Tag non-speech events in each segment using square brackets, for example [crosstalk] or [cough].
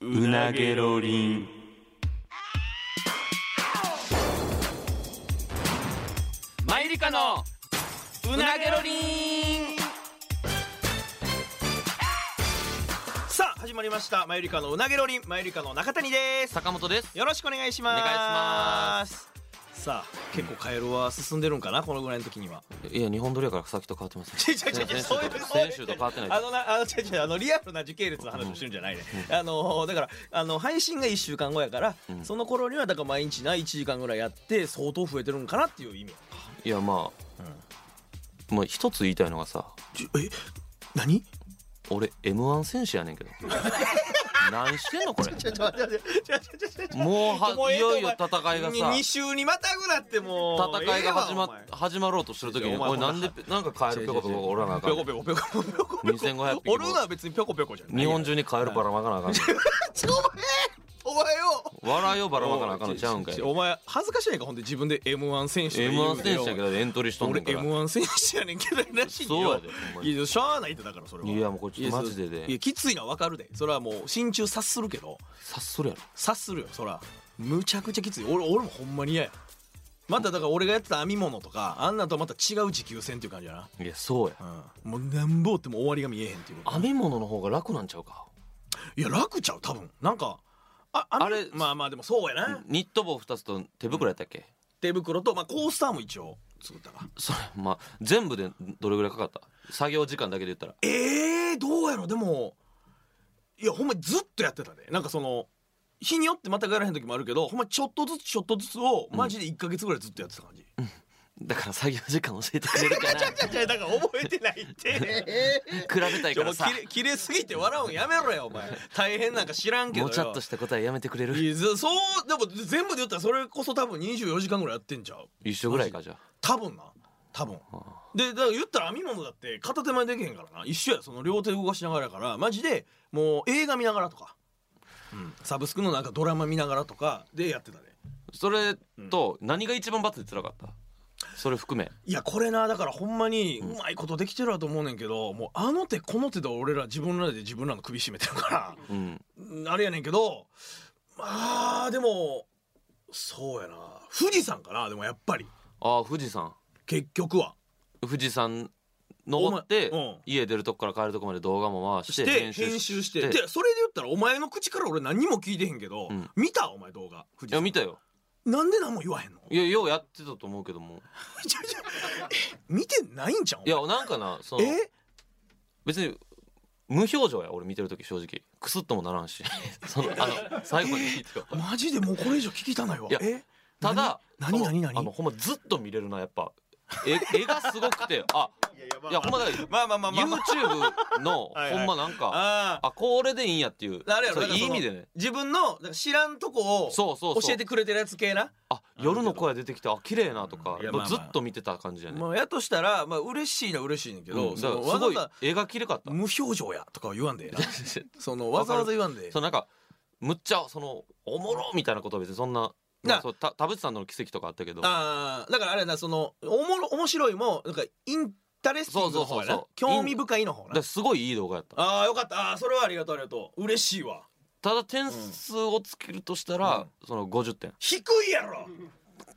うなげろりん。マイリカのうなげろりんさあ始まりましたマユリカのうなげろりんマユリカの中谷です坂本ですよろしくお願いしますお願いしますさあ結構カエルは進んでるんかなこのぐらいの時にはいや日本撮りやからさっきと変わってます違う違う違うそういうそうい先う週と変わってないあのなあの違う違うあのリアルな時系列の話をしてるんじゃないね、あのだからあの配信が1週間後やから、うんその頃にはだから毎日な1時間ぐらいやって相当増えてるんかなっていう意味いやまあ、もう一つ言いたいのがさちょえ何俺 m 1選手やね [laughs] んけど何してんのこれちょちょちょちょちょちょちょちょもうもはうえいえとよいよ戦いがさ2週にまたぐなってもう戦いが始まええわお前始まろうとしてる時にお前俺なんでなんか変えるとことかおらなあかぴょんこぴょこぴょこぴょこ2500匹おるのは別にぴょこぴょこじゃない日本中に変えるばらまかなあかんちょお前お前よ笑いをばらまかなあかんのちゃうんかいちょお前恥ずかしいやんかほんで自分で m 1選手 m 1選手やけどどエントリーしとんね俺んから m 1選手やねんけどらしいよそうやでほんまにいやしゃあないってだからそれはいやもうこっちいやマジででいやきついのはわかるでそれはもう心中察するけど察するやろ察するよそらむちゃくちゃきつい俺俺もほんまに嫌やまただから俺がやってた編み物とかあんなんとはまた違う持久戦っていう感じやないやそうやうんもうなんぼおっても終わりが見えへんっていうこと編み物の方が楽なんちゃうかいや楽ちゃう多分なんかあああれれまあまあでもそうやな、ニット帽2つと手袋やったっけ手袋と、まあ、コースターも一応作ったかそれまあ全部でどれぐらいかかった作業時間だけで言ったらえー、どうやろでもいやほんまずっとやってたねなんかその日によってまたやらへん時もあるけどほんまちょっとずつちょっとずつをマジで1か月ぐらいずっとやってた感じ、だから作業時間教えてくれる [laughs] かないやだから覚えてない [laughs] って比べたいちかょもらうさ切れ切れすぎて笑うんやめろよお前大変なんか知らんけどもよちゃっとした答えやめてくれるいやずそうでも全部で言ったらそれこそ多分24時間ぐらいやってんちゃう一緒ぐらいかじゃあ多分な多分でだから言ったら編み物だって片手前できへんからな一緒やその両手動かしながらやからマジでもう映画見ながらとか、うん、サブスクのなんかドラマ見ながらとかでやってたねそれと何が一番バツで辛かったそれ含めいやこれなだからほんまにうまいことできてるわと思うねんけど、もうあの手この手で俺ら自分らで自分らの首絞めてるからうんうんあれやねんけどまあでもそうやな富士山かなでもやっぱりああ富士山結局は富士山登ってお前うん家出るとこから帰るとこまで動画も回ししてて編集編し集してしてでそれで言ったらお前の口から俺何にも聞いてへんけど、うん見たお前動画いや見たよなんで何も言わへんの [laughs] いやようやってたと思うけどもちょちょえ見てないんじゃんおい前やなんかなそのえ別に無表情や俺見てる時正直クスッともならんし [laughs] そのあの最後まで聞いてよマジでもうこれ以上聞きたないわいやえただ [laughs] 何その何何あのほんまずっと見れるなやっぱ [laughs] 絵絵がすごくてあいやほんまだからまあまあまあまあ、まあ、 YouTube の [laughs] はいはいほんまなんかあーあこれでいいんやっていうあれやろそれだからいいそ意の味でね自分のだから知らんとこをそうそうそう教えてくれてるやつ系なあ夜の声出てきてあ綺麗なとかうんいややっぱまあずまあっと見てた感じやねまあやとしたらまあ嬉しいのは嬉しいねんけど、うんだそかのらわすざわごいざ絵が綺麗かった [laughs] 無表情やとかは言わんでええなそのわわかざるわざ言わんでええそうなんかむっちゃそのおもろみたいなことは別にそんななそうた田淵さんの奇跡とかあったけどああだからあれやなそのおもろ面白いもなんかインタレスティングの方やそうそうそなうそう興味深いの方だからなすごいいい動画やったああよかったあーそれはありがとうありがとう嬉しいわただ点数をつけるとしたら、うんその50点低いやろ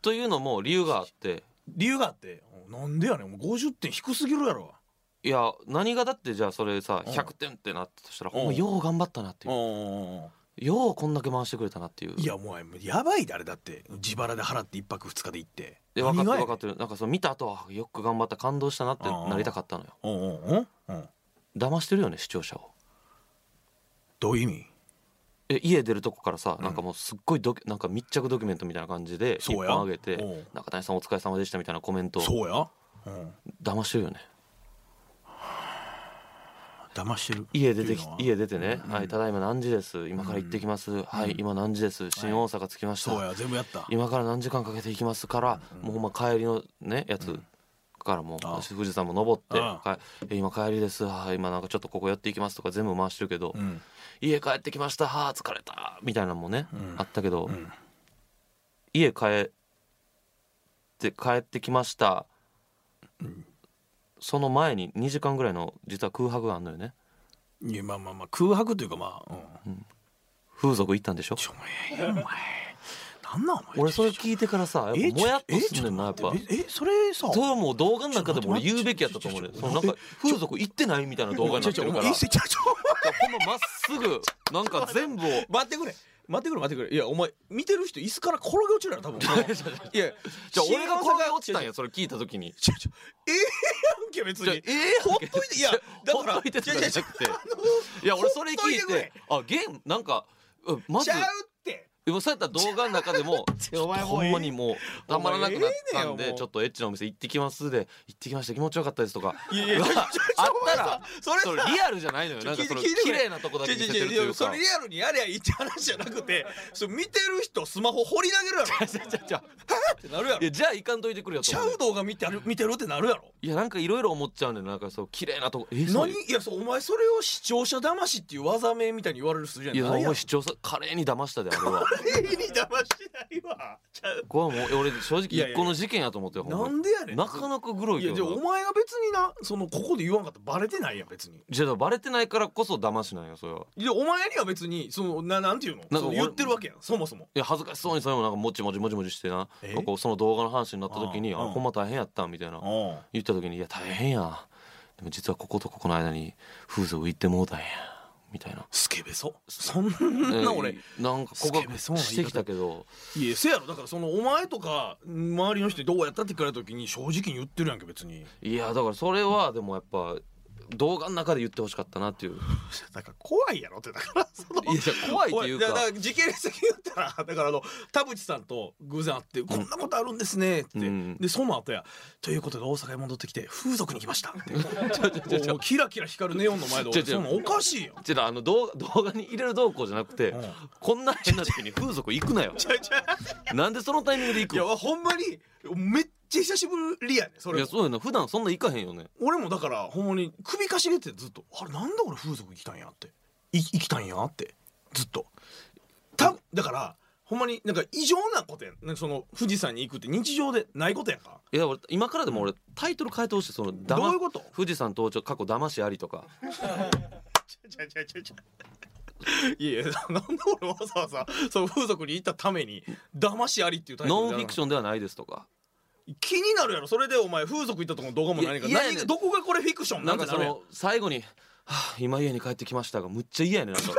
というのも理由があって理由があってなんでやねんもう50点低すぎるやろいや何がだってじゃあそれさうん100点ってなったとしたら、うんほんまよう頑張ったなっていう、んようこんだけ回してくれたなっていういやもうやばいであれだって自腹で払って一泊二日で行ってで分かってる分かっててるなんかその見た後はよく頑張った感動したなってなりたかったのようんうんうんうん騙してるよね視聴者をどういう意味え家出るとこからさ、なんかもうすっごいドキュなんか密着ドキュメントみたいな感じで一そうや本上げてうん「中谷さんお疲れ様でした」みたいなコメントをそうやうん騙してるよね騙してる家出てきっていうのは家出てね、はいただいま何時です今から行ってきます、はい今何時です新大阪着きました、そうや全部やった今から何時間かけて行きますから、もうほんま帰りのねやつからもうああ富士山も登ってあかえ今帰りですはい今なんかちょっとここ寄っていきますとか全部回してるけど、うん家帰ってきましたはあ疲れたみたいなのもね、んあったけど、ん家帰って帰ってきました、その前に2時間ぐらいの実は空白があんのよねいやまあまあまあ空白というかまあうん風俗行ったんでしょちょお前お前なんなんお前俺それ聞いてからさやっぱもやっとすんねんなやっぱええそれさそれはもう動画の中でも俺ちょ言うべきやったと思うねんちょそのなんか風俗行ってないみたいな動画になってるからちょちょちょちょほんままっすぐなんか全部を待ってくれ待ってくれ待ってくれいやお前見てる人椅子から転げ落ちるやろ [laughs] 多分いやじゃあ俺が転げ落ちたんややそれ聞いた時にちょちょええやんけ別じゃあにええほっといていやだからほっといてとかじゃなくてちょちょちょいや俺それ聞いほっといててあゲームなんかうんまちずゃうってでもそうやったら動画の中でもょお前もうほんまにもうたまらなくなったおん前ええねんでもうちょっとエッチなお店行ってきますで行ってきました気持ちよかったですとかいやいやちょちょちょあったらそれそれリアルじゃないのよちなょんかその聞いてく綺れ麗なとこだけ見せてるというそかれリアルにやりゃいいって話じゃなくてそれ見てる人スマホ掘り投げ [laughs] るやろってなるやいろやじゃあ行かんといてくれよとち思ゃうねんう動画見てる見てるってなるやろいやなんかいろいろ思っちゃうねんなんかそう綺麗なとこえそう何いやそうお前それを視聴者騙しっていう技名みたいに言われる筋合いいやないおやん [laughs] 前視聴者華麗に騙したであれは礼に騙してないわちゃうこれはもう俺正い直やいや一個の事件やと思ってよほんなまにんでやねんなかなかグロいいけやじゃあどおな前が別になそのここで言わんかったらバレてないやん別にじゃあバレてないからこそ騙しなんよそれはいやお前には別にそのななんていうのかその俺言ってるわけやんそもそもいや恥ずかしそうにそれもなんかもちもちもちもちしてなえなんかその動画の話になった時に「うあんうんほんま大変やった」みたいなお言った時に「いや大変や」でも実はこことここの間に風俗行ってもうたんやみたいなスケベそそん [laughs] な俺えーなんか告白してきたけどいやせやろだからそのお前とか周りの人にどうやったって聞かれた時に正直に言ってるやんけ別にいやだからそれはでもやっぱ動画の中で言ってほしかったなって [laughs] いうだから怖いやろってだからそのいや怖いっていうだかから時系列的に言ったらだからあの田淵さんと偶然会って「こんなことあるんですね」っうて、んでその後や「ということで大阪へ戻ってきて風俗に来ました」って [laughs] もうキラキラ光るネオンの前でち俺ょちょそんなんおかしいよ。ちょっとあの動画動画に入れる動向じゃなくて、うんこんな変な時に風俗行く [laughs] なよなんでそのタイミングで行くいやのほんまにめっちゃ久しぶりやねそいれやもそうやな普段そんな行かへんよね俺もだからほんまに首かしげてずっと「あれなんで俺風俗行きたんや」って「い行きたんや」ってずっとただからほんまになんか異常なことやんなんかその富士山に行くって日常でないことやんかいや俺今からでも俺タイトル変えてほしいそのだまどういうこと富士山登頂過去騙しありとかいやいや [laughs] なんで俺わざわざその風俗に行ったために「騙しあり」っていうタイトルノンフィクショョンではないですとかン気になるやろそれでお前風俗行ったとこの動画も何かいやいや何がどこがこれフィクションななんんかかそそれおの最後に「はあ今家に帰ってきました」がむっちゃ嫌やねなんか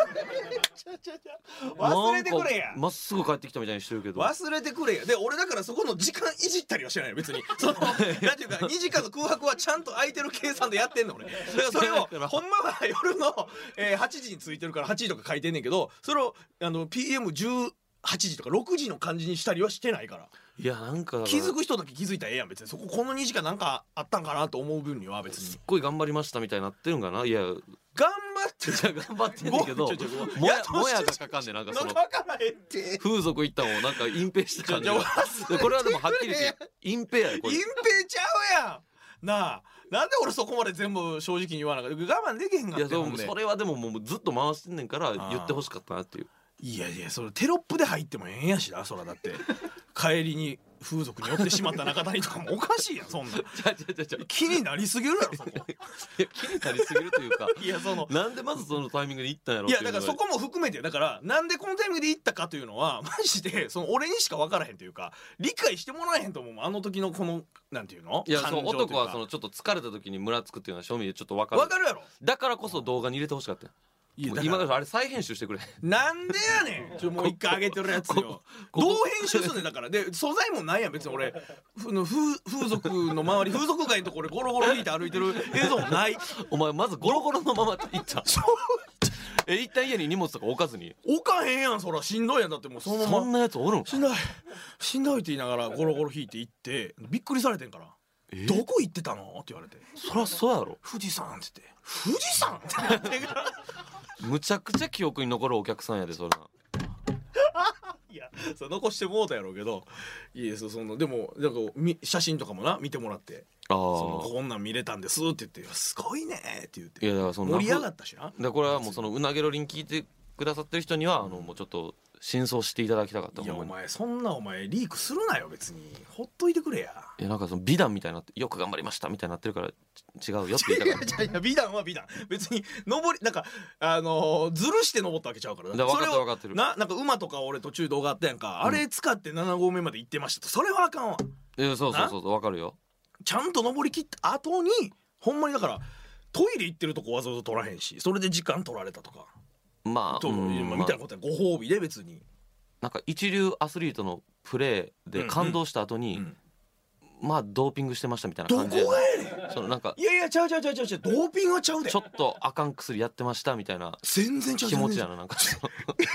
忘れてくれなやんかまっすぐ帰ってきたみたいにしてるけど忘れてくれやで俺だからそこの時間いじったりはしてないよ別 [laughs] にそのなんていうか2時間の空白はちゃんと空いてる計算でやってんの俺だからそれ [laughs] だかをらほんまは夜の、えー8時についてるから8時とか書いてんねんけどそれをあの PM18 時とか6時の感じにしたりはしてないからいやなんかだから気づく人だけ気づいたらええやん別にそここの2時間なんかあったんかなと思う分には別すにっごい頑張りましたみたいになってるんか [laughs] ないや頑張ってじゃあ頑張ってんねんけどごめんちょちょちょもやいやもやがかかんねんなんかそののかからへんって風俗行ったのをなんか隠蔽してたんちでょちょ忘れてくれこれはでもはっきり言 [laughs] って隠蔽やでこ隠れ蔽ちゃうやんなあなんで俺そこまで全部正直に言わなかった我慢できへんかいっやでたよほんもでそれはでももうずっと回してんねんから言ってほしかったな [laughs] っていういやいやそれテロップで入ってもええんやしなそらだって帰りに風俗に寄ってしまった中谷とかもおかしいやんそんなじゃあじゃあじゃあじゃあ気になりすぎるやろそこいや気になりすぎるというかいやその [laughs] なんでまずそのタイミングで行ったんやろいやってだうからそこも含めてだからなんでこのタイミングで行ったかというのは [laughs] マジでその俺にしか分からへんというか理解してもらえへんと思うもんあの時のこのなんていうのいや感そ情うという男はかそのちょっと疲れた時にムラつくっていうのは正味でちょっと分かる分かるやろだからこそ動画に入れてほしかったよもう今かだかららあれ再編集してくれなんでやねんちょもう一回上げてるやつよここどう編集すんねんだからで素材もないやん別に俺ふの風風俗の周り風俗街のところゴロゴロ引いて歩いてる映像もないお前まずゴロゴロのまま行ったえ一旦家に荷物とか置かずに置かへんやんそらしんどいやんだってもうそのまそまんなやつおるんしんどいしんどいって言いながらゴロゴロ引いて行ってびっくりされてんから「どこ行ってたの?」って言われてそりゃそうやろ「富士山」っつって「富士山?」ってなってからむちゃくちゃ記憶に残るお客さんやでそれないやそれ残してもうたやろうけどいいですよそのでもなんかみ写真とかもな見てもらってあ「そのあこんなん見れたんです」って言っていや「すごいね」って言っいてやだからその盛り上がっったしなだからこれはもうそのうなげろりん聞いてくださってる人にはあのもうちょっと真相知っていただきたかったいやほおんまに前そんなお前リークするなよ別にほっといてくれやいやなんかその美談みたいになってよく頑張りましたみたいになってるからち違うよって言いた [laughs] いやかっいやいや美談は美談別に登りなんかあのーずるして登ったわけちゃうからただから分かってるそ分れかをってるななんか馬とか俺途中動画あったやんか、あれ使って7合目まで行ってましたとそれはあかんわいやそうそうそうそう分かるよちゃんと登りきった後にほんまにだからトイレ行ってるとこわざわざ取らへんしそれで時間取られたとかまあとうんままあみあたいなことはご褒美で別に、なんか一流アスリートのプレーで感動した後に、うんまあドーピングしてましたみたいなど感こじでがやねんそのなんかいやいやちゃうちゃうちゃうちゃうちゃうドーピングはちゃうでちょっとあかん薬やってましたみたいな全然ちゃう気持ちや全然ななんかそのちゃ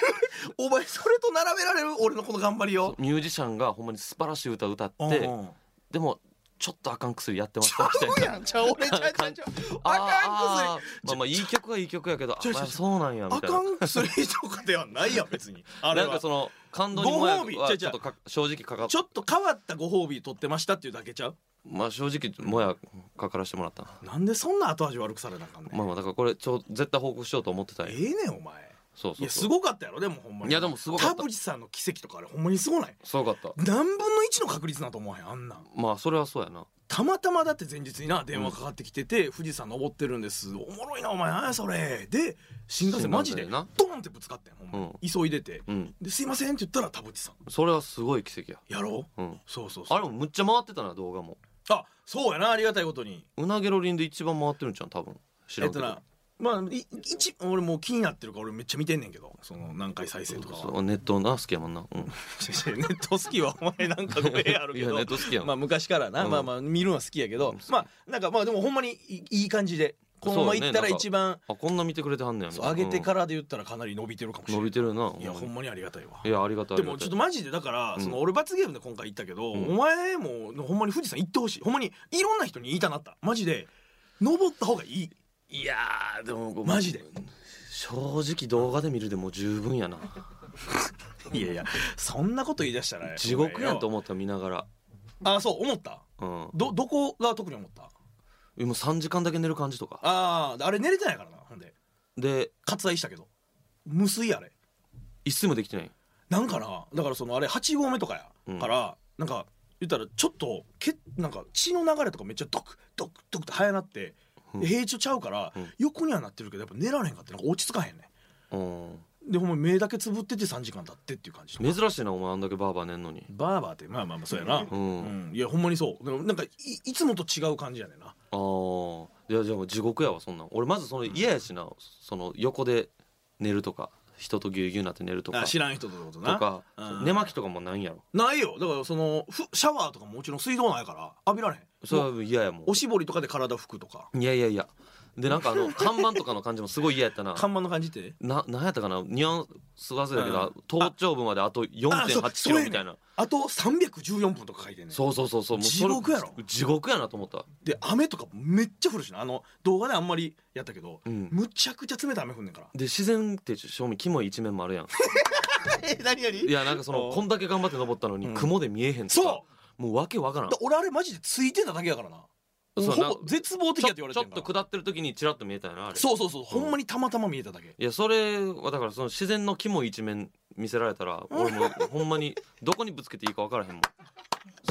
うお前それと並べられる俺のこの頑張りよミュージシャンがほんまに素晴らしい歌歌っうんてうんでもちょっとあかん薬やってましちゃたみたいう [laughs] なやんちゃう俺ちゃうちゃうちゃうあかんあーまあまあいい曲はいい曲やけどあちょちょまあそうなんやみたい薬なあかん薬とかではないやん別にあれ [laughs] なはんかその感動にもやご褒美は違う違うちょっとか正直かかっちょっと変わったご褒美取ってましたっていうだけちゃうまあ正直もやかからしてもらったななんでそんな後味悪くされなあかんねん、まあまあだからこれちょ絶対報告しようと思ってたんえやえねんお前そういそうやそすうごかったやろでもほんまにいやでもすごかった田淵さんの奇跡とかあれほんまにすごないすごかった何分の1の確率なんと思わへんあんなんまあそれはそうやなたまたまだって前日にな電話かかってきてて、富士山登ってるんですおもろいなお前何やそれで新幹線マジで新ド幹線ーンってぶつかってんほんまに、急いでてうんで「すいません」って言ったら田淵さんそれはすごい奇跡ややろううんそうそうそうあれもむっちゃ回ってたな動画もあそうやなありがたいことにうなげろりんで一番回ってるんちゃう多分知えらっんけとど、なまあい一俺もう気になってるから俺めっちゃ見てんねんけどその何回再生とかそはうネットな好きやもんな、うん、 [laughs] ネット好きはお前なんかご縁あるいけやどネット好きやん、まあ昔からな、うんまあまあ見るのは好きやけど、うんまあなんかまあでもほんまにいいい感じでこのままそういねったらなんか一番あこんな見てくれてはんねやみそうたいな上げてからで言ったらかなり伸びてるかもしうんれない伸びてるないやほんままにありがたいわいやありがたいでもちょっとマジでだから、うんその俺罰ゲームで今回行ったけど、うんお前もほんまに富士山行ってほしいほんまにいろんな人に言いたなったマジで登った方がい [laughs] いいやーでもマジで正直動画で見るでも十分 [laughs] やないやいやそんなこと言い出したら地獄やんと思思った見ながらあそう思ったうんどどこが特に思った今3時間だけ寝る感じとかあああれ寝れてないからなほんでで割愛したけど無水あれ一睡もできてないなんかなだからそのあれ8合目とかや、うんからなんか言ったらちょっとけなんか血の流れとかめっちゃドクドクドクって早なって、うんで平地ちゃうから、うん横にはなってるけどやっぱ寝られへんかってなんか落ち着かへんねうんでほんま目だけつぶってて3時間経ってっていう感じ珍しいなお前あんだけバーバー寝んのにバーバーってまあまあまあそうやな、う、うんあんいやほんまにそうでもなんかいいつもと違う感じやねんなあーいやじゃあもう地獄やわそんなん俺まずその嫌やしなその横で寝るとか人とぎゅうぎゅうなって寝るとかあ知とらん人とってことなかうん寝巻きとかもないんやろないよだからそのふシャワーとかももちろん水道ないから浴びられへんそれは嫌やもおしぼりとかで体拭くとかんいやいやいやでなんか [laughs] あの看板とかの感じもすごい嫌やったな看板の感じってななんやったかなニュアンス忘れたけど、う頭頂部まであとあ4.8そキそうロやねみたいなあと314分とか書いてんねんそうそうそうそうもうそれ地獄やろ地獄やなと思ったで雨とかめっちゃ降るしなあの動画であんまりやったけど、うんむちゃくちゃ冷たい雨降んねんからで自然って正味キモい一面もあるやんえ何何いやなんかその [laughs] おこんだけ頑張って登ったのにうん雲で見えへんとかそもうわけわからんうだ俺あれマジでついてただけやからなそうほなぼ絶望的やって言われちてょんっからと下ってる時にチラッと見えたよなあれそうそうそうほんまにたまたま見えただけ、いやそれはだからその自然のキモい一面見せられたら俺もほんまにどこにぶつけていいか分からへんもん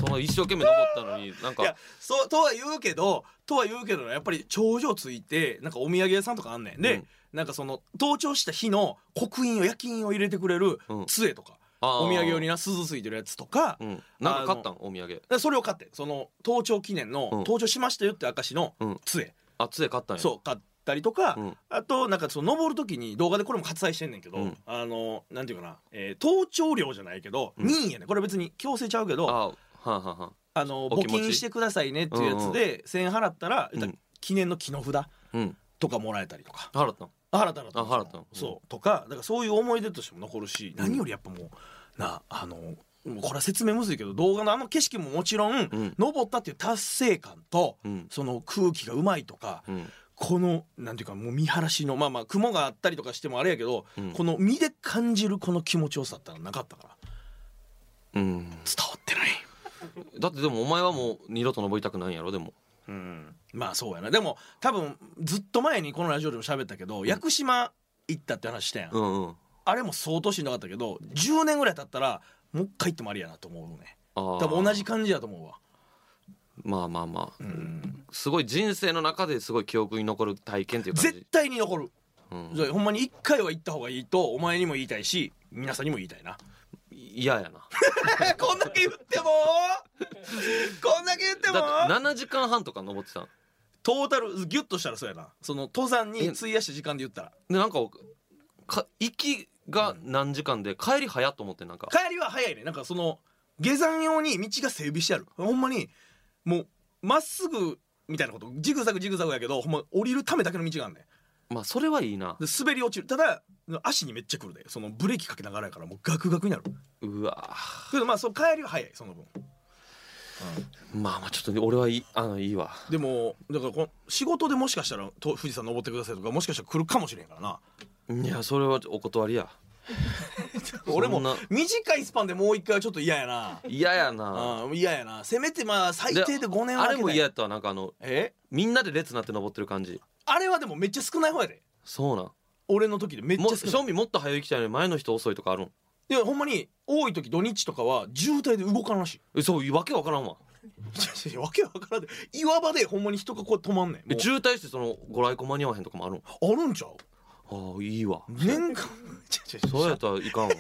その一生懸命登ったのになんいやかそうとは言うけどとは言うけどやっぱり頂上ついてなんかお土産屋さんとかあんねんで、うんなんかその登頂した日の刻印を焼き印を入れてくれるうん杖とか、あーお土産用にな鈴ついてるやつとか、うんなんか買ったんお土産でそれを買ってその登頂記念の、うん登頂しましたよって証のうん杖、あ杖買ったんやそう買ったりとか、うんあとなんかその登る時に動画でこれも割愛してんねんけど、うんあのなんていうかな、えー登頂料じゃないけど、うん任意やねんこれ別に強制ちゃうけどああはあはあはあのお募気持ち金してくださいねっていうやつで、1000円払ったら、うん言ったら記念の木の札うんとかもらえたりとか払ったんあ払った払ったあ払ったうんそうとかだからそういう思い出としても残るし、何よりやっぱもうなあのもうこれは説明むずいけど動画のあの景色ももちろん、うん登ったっていう達成感と、うんその空気がうまいとか、うんこのなんていうかもう見晴らしのまあまあ雲があったりとかしてもあれやけど、うんこの身で感じるこの気持ちよさったらなかったかうらん伝わってない、だってでもお前はもう二度と登りたくないんやろでもうん、まあそうやなでも多分ずっと前にこのラジオでも喋ったけど、屋久島行ったって話したやん、うんうんあれも相当しんどかったけど10年ぐらい経ったらもう一回行ってもありやなと思うね多多分同じ感じやと思うわまあまあまあうんすごい人生の中ですごい記憶に残る体験っていう感絶じ、対に残るうんじゃあほんまに1回は行った方がいいとお前にも言いたいし皆さんにも言いたいな嫌やな [laughs] こんだけ言っても [laughs] こんだけ言っだてっても7時間半とか登ってたんトータルギュッとしたらそうやなその登山に費やした時間で言ったらでなんかか行きが何時間で帰り早っと思ってなんか帰りは早いねなんかその下山用に道が整備してあるほんまにもうまっすぐみたいなことジグザグジグザグやけどほんま降りるためだけの道があんねんまあそれはいいなで滑り落ちるただ足にめっちゃくるでそのブレーキかけながらやからもうガクガクになるうわけどまあそう帰りは早いその分、まあまあちょっと俺はいいあのいいわでもだからこの仕事でもしかしたらと富士山登ってくださいとかもしかしたら来るかもしれんからないやそれはお断りや俺もそんな短いスパンでもう一回はちょっと嫌やな嫌やなうん嫌やなせめてまあ最低で5年はあれも嫌ややったわなんかあのえみんなで列になって登ってる感じあれはでもめっちゃ少ない方やでそうなん俺の時でめっちもゃ少ない正味もっと早い行きたいのに前の人遅いとかあるんいやほんまに多い時土日とかは渋滞で動かんらしい [laughs] えそうわけわからんわいやいやわけわからんで岩場でほんまに人がこう止まんねんえも渋滞してそのご来光間に合わへんとかもあるんあうあるんちゃうあいいわ年間ちょちょちょそうやったらいかんわ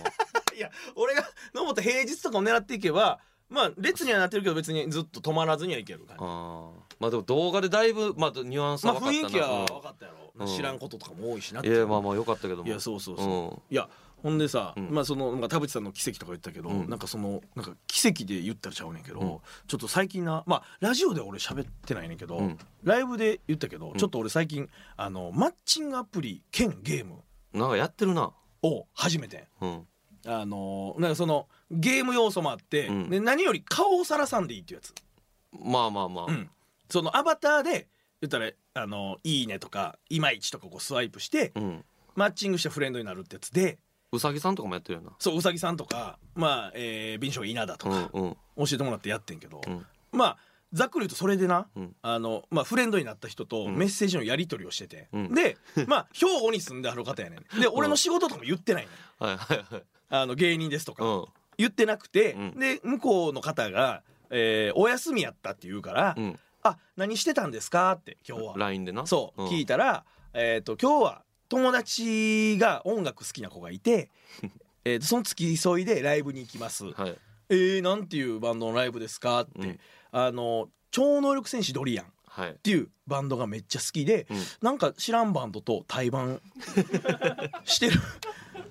いや [laughs] 俺が登った平日とかを狙っていけばまあ列にはなってるけど別にずっと止まらずにはいける感じあーまあでも動画でだいぶまあニュアンスまはあ分かったな雰囲気は分かったやろ、うん知らんこととかも多いしなっうてんいやまあまあよかったけどもいやそうそうそう、うんいやほんでさ、うんまあそのまあ田淵さんの奇跡とか言ったけど、うんなんかそのなんか奇跡で言ったらちゃうねんけど、うんちょっと最近なまあラジオでは俺喋ってないねんけど、うんライブで言ったけど、うんちょっと俺最近あのマッチングアプリ兼ゲームなんかやってるなを始めてんうんあのなんかそのゲーム要素もあって、うんで何より顔をさらさんでいいっていうやつ、まあまあまあ、うんそのアバターで言ったらあのいいねとかいまいちとかこうスワイプして、うん、マッチングしてフレンドになるってやつでうさぎさんとかもやってるよなそううさぎさんとかまあえー敏将、稲田とか、うんうん教えてもらってやってんけど、うんまあざっくり言うとそれでな、うんあのまあ、フレンドになった人とうんメッセージのやり取りをしてて、うんでまあ兵庫に住んである方やねんで俺の仕事とかも言ってないねんはいはい [laughs] はいあの芸人ですとか、うん言ってなくて、うんで向こうの方が、えーお休みやったって言うから「うんあ何してたんですか?」って今日は LINE でなそう、ん聞いたら、えーと「今日は友達が音楽好きな子が [laughs] いてえーとその付き添いでライブに行きます」はいえー、なんていうバンドのライブですか?」って、うんあの超能力戦士ドリアンっはいていうバンドがめっちゃ好きで、うんなんか知らんバンドと対バ [laughs] ンしてる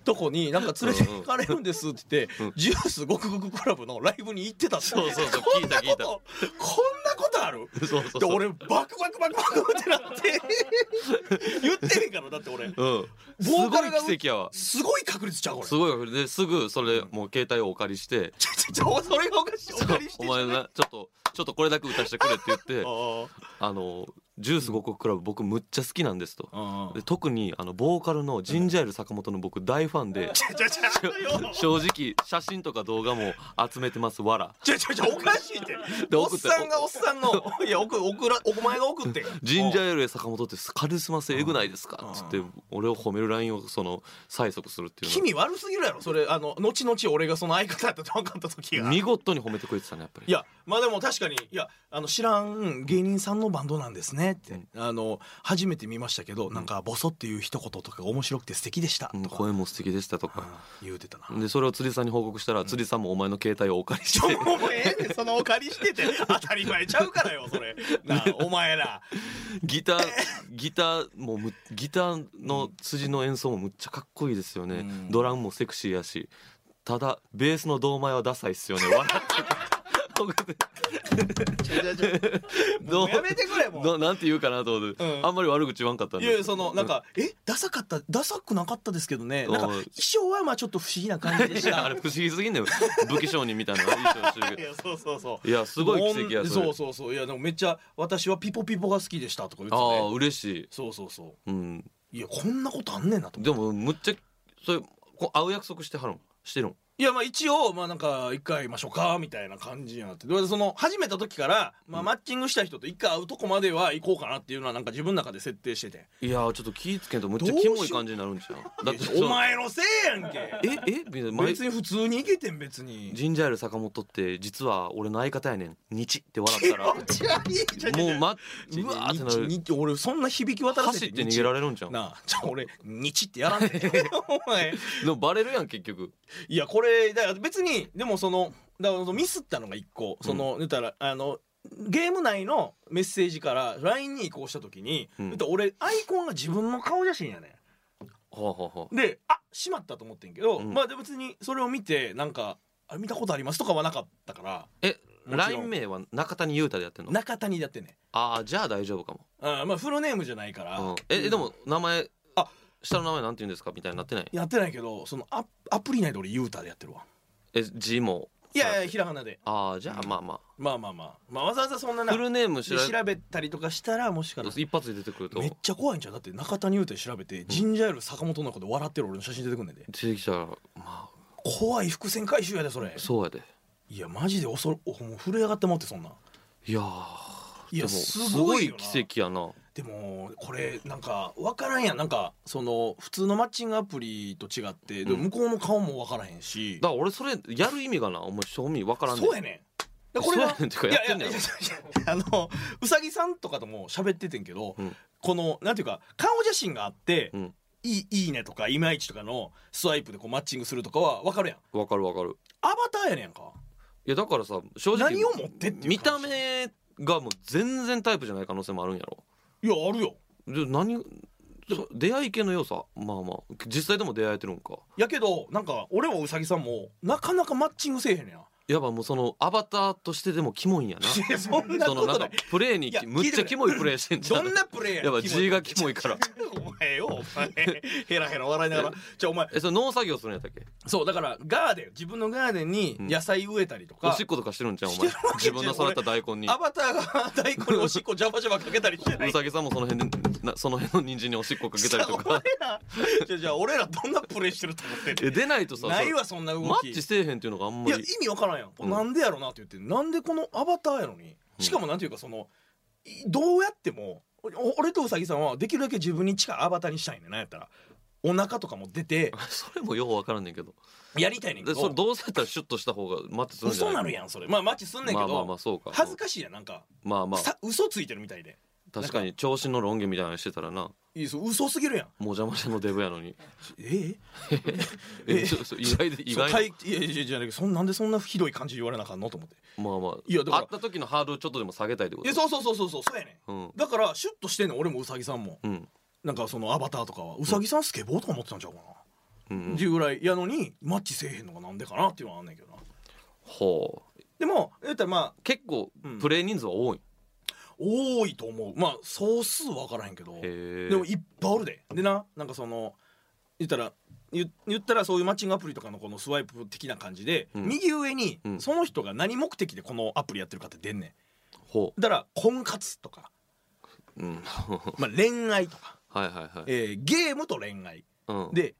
とこになんか連れて行かれるんですって言って、うんうんジュースごくごくクラブのライブに行ってたってそうそうそうこんな聞いた聞いこ [laughs] たとこんなことあるそうそうでそう俺バクバクバクバクってなって [laughs] 言ってねえからだって俺うんすボーごカルがい奇跡やわすごい確率ちゃうこれすごいわですぐそれもう携帯をお借りしてちょちょちょそれがおかしいお借りしてお前なちょっとちょっとこれだけ歌してくれって言 [laughs] ってああのジュース五個クラブ僕むっちゃ好きなんですとあで特にあのボーカルのジンジャーエール坂本の僕大ファン [laughs] でちょちょちょ正直写真とか動画も集めてますわらちょちょち [laughs] ょおかしいってでおっ送ってさんがおっさんの [laughs] いや送送らお前が送ってジンジャーーエール坂本ってカリスマ性えぐないですかっつって俺を褒めるラインをその催促するっていう君悪すぎるやろそれあの後々俺がその相方やったと分かった時のが見事に褒めてくれてたねやっぱりいやまあでも確かにいやあの知らん芸人さんのバンドなんですねって、うんあの初めて見ましたけど、なんかボソっていう一言とか面白くて素敵でしたうんとか、声も素敵でしたとかあー言うてたな。でそれを釣りさんに報告したら釣りさんもお前の携帯をお借りしてもうええねんそのお借りしてて当たり前ちゃうからよそれ [laughs] なあお前らギターギターもむギターの辻の演奏もむっちゃかっこいいですよね、うんドラムもセクシーやしただベースの胴前はダサいっすよね笑ってたちょちょちょどもううやめてくれもうななんて言うかなと思って、うんあんまり悪口言わんかったんいでやいやそのなんか「えダサかったダサくなかったですけどね」なんかお衣い装はまあちょっと不思議な感じでしい [laughs] やあたれ」不思議すぎんねよ武器商人みたいな衣装してるいけやそうそうそう [laughs] どいやすごい奇跡やそそれうそうそういやでもめっちゃ「私はピポピポが好きでした」とか言ってああたね嬉しい、そうそうそうん、ういやこんなことあんねんなと思ってでもむっちゃそれこ会う約束してはるんしてるんいやまあ一応まあなんか一回会いましょうかみたいな感じになってでその始めた時から、まあ、マッチングした人と一回会うとこまでは行こうかなっていうのはなんか自分の中で設定してていやーちょっと気ぃつけんとむっちゃキモい感じになるんちゃうだってそのお前のせいやんけええみたいな毎別に普通に行けてん別にジンジャーエール坂本って実は俺の相方やねん日って笑ったらも気持ち悪いじゃんうまっうわってなる日日俺そんな響き渡らせ走って逃げられれるんじゃんでなあじゃあ俺日ってやらん [laughs] ねんお前もバレるやん結局いやこれだから別にでもそのだからそのミスったのが一個その、言ったらあのゲーム内のメッセージから LINE に移行した時に、うん言ったら俺アイコンが自分の顔写真やねほうほうほんであしまったと思ってんけど、うんまあで別にそれを見てなんかあ見たことありますとかはなかったからえもちろん LINE 名は中谷優太でやってんの中谷だってねああじゃあ大丈夫かもあーまあフルネームじゃないから、うんええでも名前あ下の名前なんて言うんですかみたいになってないやってないけどそのアアプリ内で俺ユータでやってるわえ字もいやいやひらがなでああじゃあまあままあまあまあ、まあ、わざわざそんなあなフルネームで知ら調べたりとかしたらもしかしたら一発で出てくるとめっちゃ怖いんちゃうだって中谷優太調べて、ジンジャーエール坂本の子で笑ってる俺の写真出てくんねんで出てきたらまあ怖い伏線回収やでそれそうやでいやマジで恐ろもう震え上がって待ってそんないやーいでやもすすごごいいよな奇跡やなでもこれなんか分からんやんなんかその普通のマッチングアプリと違って、でも向こうの顔も分からへんしだから俺それやる意味がなお前正味わからんねんそうやねんでこれそうはやねんってかやってんねんいやろやいやいやいやいやあのうさぎさんとかとも喋っててんけど、うんこのなんていうか顔写真があって、うんいいいいねとかいまいちとかのスワイプでこうマッチングするとかは分かるやんわかるわかるアバターやねんかいやだからさ正直何を持ってっていう見た話目がもう全然タイプじゃない可能性もあるんやろいやあるよで何そ出会い系の要素まあまあ実際でも出会えてるんかやけどなんか俺もうさぎさんもなかなかマッチングせえへんねんなやばもうそのアバターとしてでもキモいんやないや [laughs] そんなそこのなとんなかいプレーにいやむっちゃキモいプレーしてんじゃどんんなプレイヤーやばキモい字がキモいからお前よお前ヘラヘラ笑いながらじゃあお前えそれ農作業するんやったっけそうだからガーデン自分のガーデンに野菜植えたりとか、おしっことかしてるんじゃんおして前るわけじ自ゃん分の育った大根にアバターが大根におしっこジャバジャバかけたりしてなういさぎさんもその辺でなその辺の人参におしっこかけたりとか俺らじゃあじゃあ俺らどんなプレイしてると思ってんのえ出ないとさないわそんな動マきッチせえへんっていうのがあんいまやり意味わからんやん、うんなんでやろなって言ってなんでこのアバターやのにしかもなんていうかそのいどうやってもおお俺とうさぎさんはできるだけ自分に近いアバターにしたいねんなんやったらお腹とかも出てそれもよう分からんねんけどやりたいねんけでそれどどうせやったらシュッとした方がマッチするんじゃな嘘いなるやんそれまあマッチすんねんけまど、あまあまあそうか恥ずかしいやんなんか、まあまあさ嘘ついてるみたいで確かに調子のロン毛みたいなのしてたらないいそう嘘すぎるやんもじゃもじゃのデブやのにえええちょちょ意外で意そう外な体いやいやいやじゃなくてそんなんでそんなひどい感じで言われなあかんのと思ってまあまあいやだから会った時のハードルちょっとでも下げたいってこいとやそうそうそうそうそうそうやねんうんだからシュッとしてんの俺もうさぎさんもうんなんかそのアバターとかはうさぎさんスケボーとか持ってたんちゃうかうなっんていうぐらいやのにマッチせえへんのがなんでかなっていうのはあんねんけどなほうでも言ったらまあ結構うんプレイ人数は多い多いと思うまあ総数分からへんけどへえでもいっぱいおるででななんかその言ったら言言ったらそういうマッチングアプリとかのこのスワイプ的な感じで、うん右上にうんその人が何目的でこのアプリやってるかって出んねほんだから婚活 [laughs] とか、ううん [laughs] はまあ、恋愛とか、いはいはいえーゲームと恋愛うんで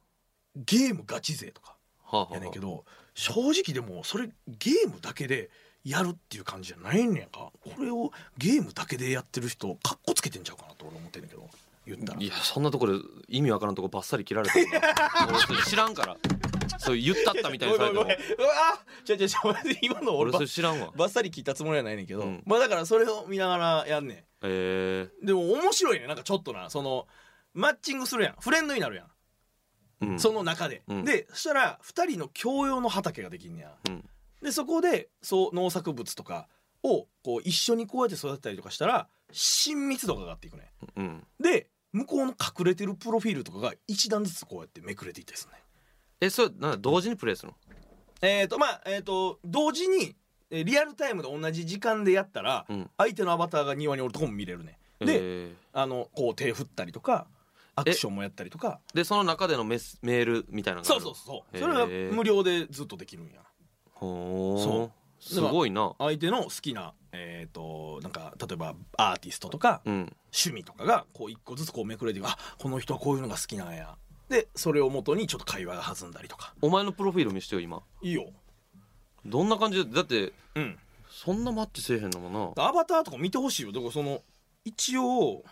ゲームガチ勢とかはあはあやねんけど正直でもそれゲームだけでやるっていう感じじゃないんやんかこれをゲームだけでやってる人かっこつけてんちゃうかなと俺思ってんだけど言ったらいやそんなところで意味わからんとこばっさり切られたな俺それ知らんからそう言ったったみたいにされてごもめんごめんごめんうわーちょちょちょ待って今の俺俺ばそれ知らんわばっさり聞いたつもりはないねんけど、うんまあだからそれを見ながらやんねえんでも面白いねなんかちょっとなそのマッチングするやんフレンドになるやん、えうんその中で、うんでそしたら2人の共用の畑ができんねやうんでそこでそう農作物とかをこう一緒にこうやって育てたりとかしたら親密度が上がっていくねうんで向こうの隠れてるプロフィールとかが一段ずつこうやってめくれていったりするねえそれなんだ同時にプレイするのえっ、とまあえっ、と同時にえーリアルタイムで同じ時間でやったら、うん相手のアバターが庭におるとこも見れるねで、えあのこう手振ったりとかアクションもやったりとかーでその中でのメスメールみたいなのがあそうるそうそうへーそれが無料でずっとできるんやほーそうすごいな相手の好きなえっ、となんか例えばアーティストとかうん趣味とかがこう一個ずつこうめくれていくあこの人はこういうのが好きなんやでそれをもとにちょっと会話が弾んだりとかお前のプロフィール見してよ今いいよどんな感じでだってうんそんなマッチせえへんのもアバターとか見てほしいよだからその一応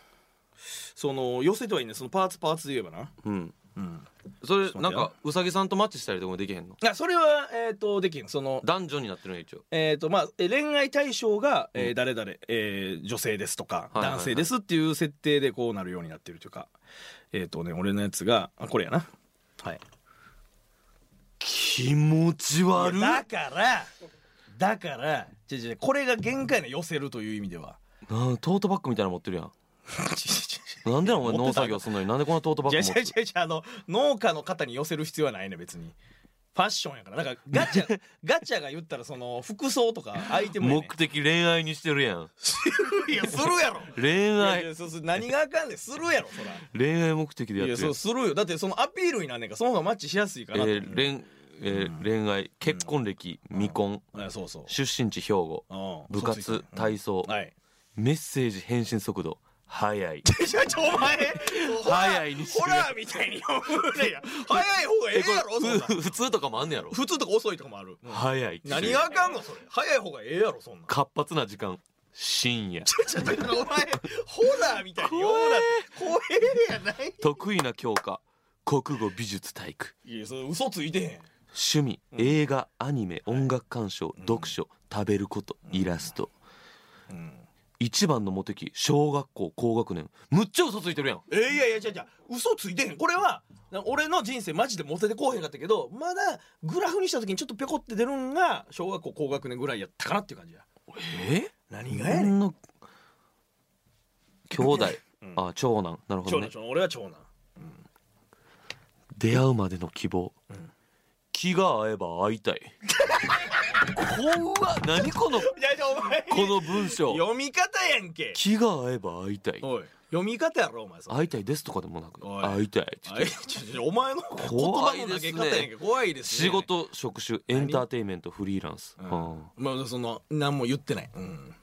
その寄せてはいいねそのパーツパーツで言えばななうんうんそれちょっとな待んってよかうさぎさんとマッチしたりとかもできへんのあそれはえっ、とできんその男女になってるんや一応えーとまあ、え恋愛対象が、えうー、ん誰々、えー女性ですとか、はいはいはい男性ですっていう設定でこうなるようになってるというかえっ、とね俺のやつがあこれやなはい気持ち悪いやからだから違う違うこれが限界の寄せるという意味ではなあトートバッグみたいなの持ってるやんなんでお前持って農た作業すんのになんでこんなトートバッいグや違持うって違う違うあの農家の方に寄せる必要はないね別にファッションやからなんかガ [laughs] チャガチャが言ったらその服装とかアイテムやねん目的恋愛にしてるやんいやするやろ恋いやい愛やそうそう何があかんねんするやろそら恋愛目的でやっいやてるそやうんするよだってそのアピールになんねんからその方がマッチしやすいかえら、ー恋えー恋愛結婚歴未婚あそうそう出身地兵庫う部んそう活ついてる体操うんはい [laughs] メッセージ返信速度速いちょち [laughs] ょお前 [laughs] 早いにしろホラーみたいに読む [laughs] ねや早い方がええやろそんなふ普通とかもあんねやろ普通とか遅いとかも [laughs] ある、うん早いって何があかんのそれ早い方がええやろ [laughs] そんな活発な時間深夜ちょっとお前ホラーみたいに読むなって怖えやない得意な教科国語美術体育いやそれ嘘ついてへん趣味映画アニメ音楽鑑賞読書食べることイラストうん一番のモテ期小学校高学年むっちゃ嘘ついてるやんえーいやいや違う違う嘘ついてへんこれはな俺の人生マジでモテてこうへんかったけどまだグラフにした時にちょっとペコって出るんが小学校高学年ぐらいやったかなっていう感じやえ何こんな兄弟うんあ長男なるほど長男ね長男俺は長男出会うまでの希望ん気が合えば会いたい怖っ何このこいやいやお前の文章読み方やんけ気が合えば会いたいおい読み方やろお前それ会いたいですとかでもなくおい会いたいって言ってあいちょちょお前の言怖葉いので投すねげ方やんけ怖いですね仕事職種エンターテインメントフリーランス、うんうんまあその何も言ってないうん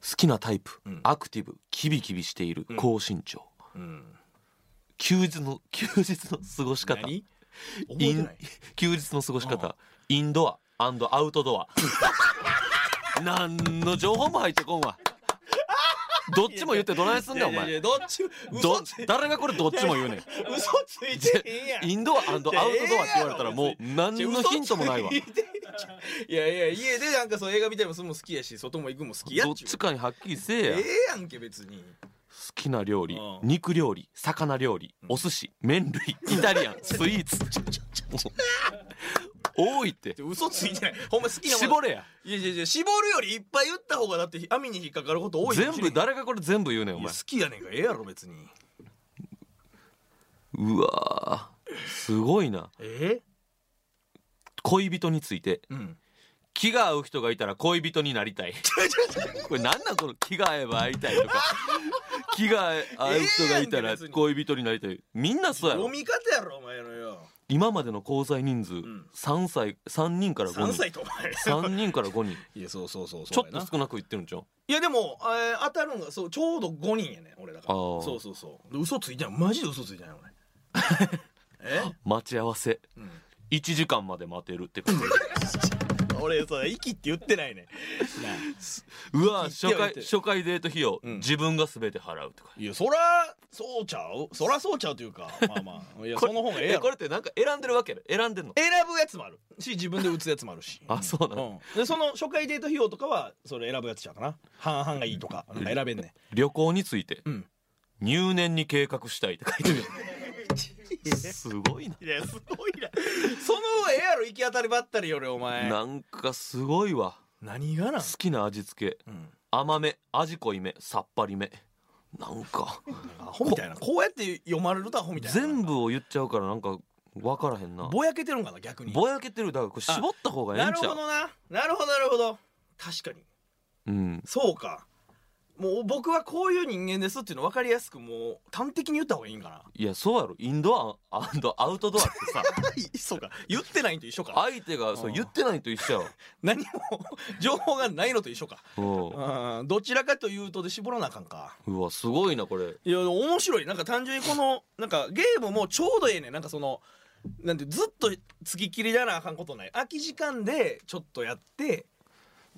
好きなタイプ、うんアクティブキビキビしている、うん高身長うん休日の [laughs] 休日の過ごし方何覚えイてンない [laughs] 休日の過ごしうん方インドアアウトドア [laughs] 何の情報も入ってこん [laughs] わどっちも言ってどないすんねんおいやいやい前やどっちど嘘つい誰がこれどっちも言うねん嘘ついてへんやんインドアアウトドアって言われたらもう何ちょのヒントもないわ嘘つていやいや家でなんかそう映画見たりもするのも好きやし外も行くのも好きやどっちゅうちかにはっきりせえや、ええやんけ別に好きな料理うん肉料理魚料理お寿司麺 [laughs] 類イタリアンスイーツ多いってで嘘ついてないほんま好きなもの絞れやいやいやいや絞るよりいっぱい言った方がだって網に引っかかること多いか全もしれん部誰がこれ全部言うねんおいや前好きやねんからええやろ別にうわーすごいなえ恋人についてえうん気が合う人がいたら恋人になりた [laughs] いこれなんなんこの気が合えば会いたいとか気が合う人がいたら恋人になりたいみんなそうやろ読み方やろお前のよ今までの交際人数ん3歳三人から3 5人歳とお前3人から5人 [laughs] いやそうそうそうちょそうっやなと少なく言ってるんちゃういやでも、えー当たるのがそうちょうど5人やねん俺だからあーそうそうそうで嘘ついてないマジで嘘ついてない俺 [laughs] え、待ち合わせうん1時間まで待てるって感 [laughs] じ俺さ息って言ってないねんなあうわ言初ってよ回言って初回デート費用、うん自分が全て払うとかいやそらそうちゃうそらそうちゃうというかまあまあいやその方がええやころれってなんか選んでるわけやろ選んでんの選ぶやつもあるし自分で打つやつもあるしあそうなうの、ん、でその初回デート費用とかはそれ選ぶやつちゃうかな半々がいいとかなんか選べんね旅行についてんうん入念に計画したいって書いてるやんすごいない [laughs] やすごいなそのええやろ行き当たりばったりよりお [laughs] 前なんかすごいわ何がな好きな味付けうん甘め味濃いめさっぱりめなんかアホみたいなこうやって読まれるとアホみたいな全部を言っちゃうからなんか分からへんなぼやけてるんかな逆にぼやけてるだからこれ絞った方がええなんるちゃほうどななるほどなるほど確かにうんそうかもう僕はこういう人間ですっていうの分かりやすくもう端的に言った方がいいんかないやそうやろインドアアンドアウトドアってさそうか言ってないのと一緒か相手がそううん言ってないと一 [laughs] 緒や何も情報がないのと一緒かろうんどちらかというとで絞らなあかんかうんうわすごいなこれいや面白いなんか単純にこのなんかゲームもちょうどええねんなんかそのなんてずっとつきっきりじゃなあかんことない空き時間でちょっとやって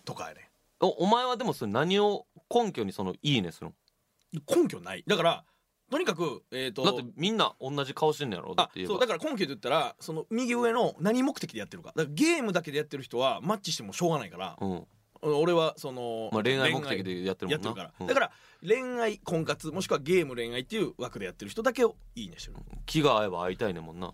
とかやねおお前はでもそれ何を根拠にそのいいねするん根拠ないだからとにかくえっ、とのだってみんな同じ顔してんのやろだっあて言えばそうだから根拠で言ったらその右上の何目的でやってるかだからゲームだけでやってる人はマッチしてもしょうがないから、うん俺はその、まあ、恋愛目的でやってやるってもんるかなら、だかから恋愛婚活もしくはゲーム恋愛っていう枠でやってる人だけをいいねしてる、ら気が合えば会いたいねんもんな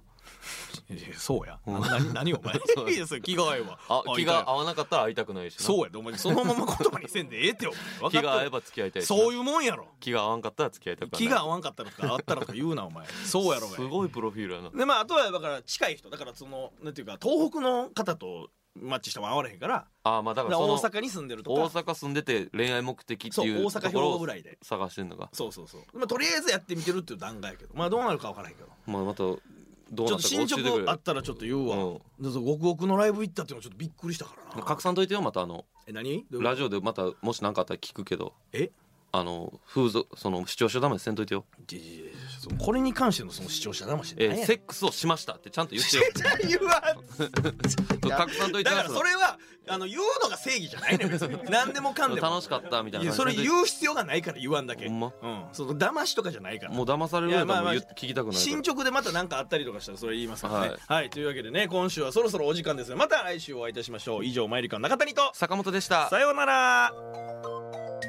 いやそうや、うんな何何お前 [laughs] そういやそれ気が合えばああ気いたがよ合わなかったら会いたくないしなそうやでお前そのまま言葉にせんでええってお前気が合えばば付き合いたいしなそういうもんやろ気が合わんかったら付き合いたくはない気が合わんかったらとかあったらとか言うなお [laughs] 前そうやろがすごいプロフィールやなでまああとはだから近い人だからそのなんていうか東北の方とマッチしても合われへんからあまあだからその大阪に住んでると大か阪住んでて恋愛目的ってそういう大と阪兵ころ庫をぐらいで探してんのかそうそうそう、まあ、とりあえずやってみてるっていう段階やけどまあどうなるか分からへんけどまあまたどうちなょっかったと教進えて捗くれあったらちょっと言うわ、うんでそうゴクゴクのライブ行ったっていうのちょっとびっくりしたからな拡散といてよまたあのえ何どういうラジオでまたもし何かあったら聞くけどえあの風俗その視聴者ダメせんといてよいやいやいやそのこれに関してのその視聴者騙しえ何やセックスをしましたってちゃんと言って [laughs] よ言うわ拡散といて [laughs] だよからそれはあの言うのが正義じゃないのよ別に何でもかんでも楽しかったみたいいなやそ感れじで言う必要がないから言わんだけほんまうん、その騙しとかじゃないからもう騙されるよういやなまあまあもう言聞きたくないから進捗でまた何かあったりとかしたらそれ言いますからねははいい、というわけでね今週はそろそろお時間ですまた来週お会いいたしましょう以上マイリカの中谷と坂本でしたさようなら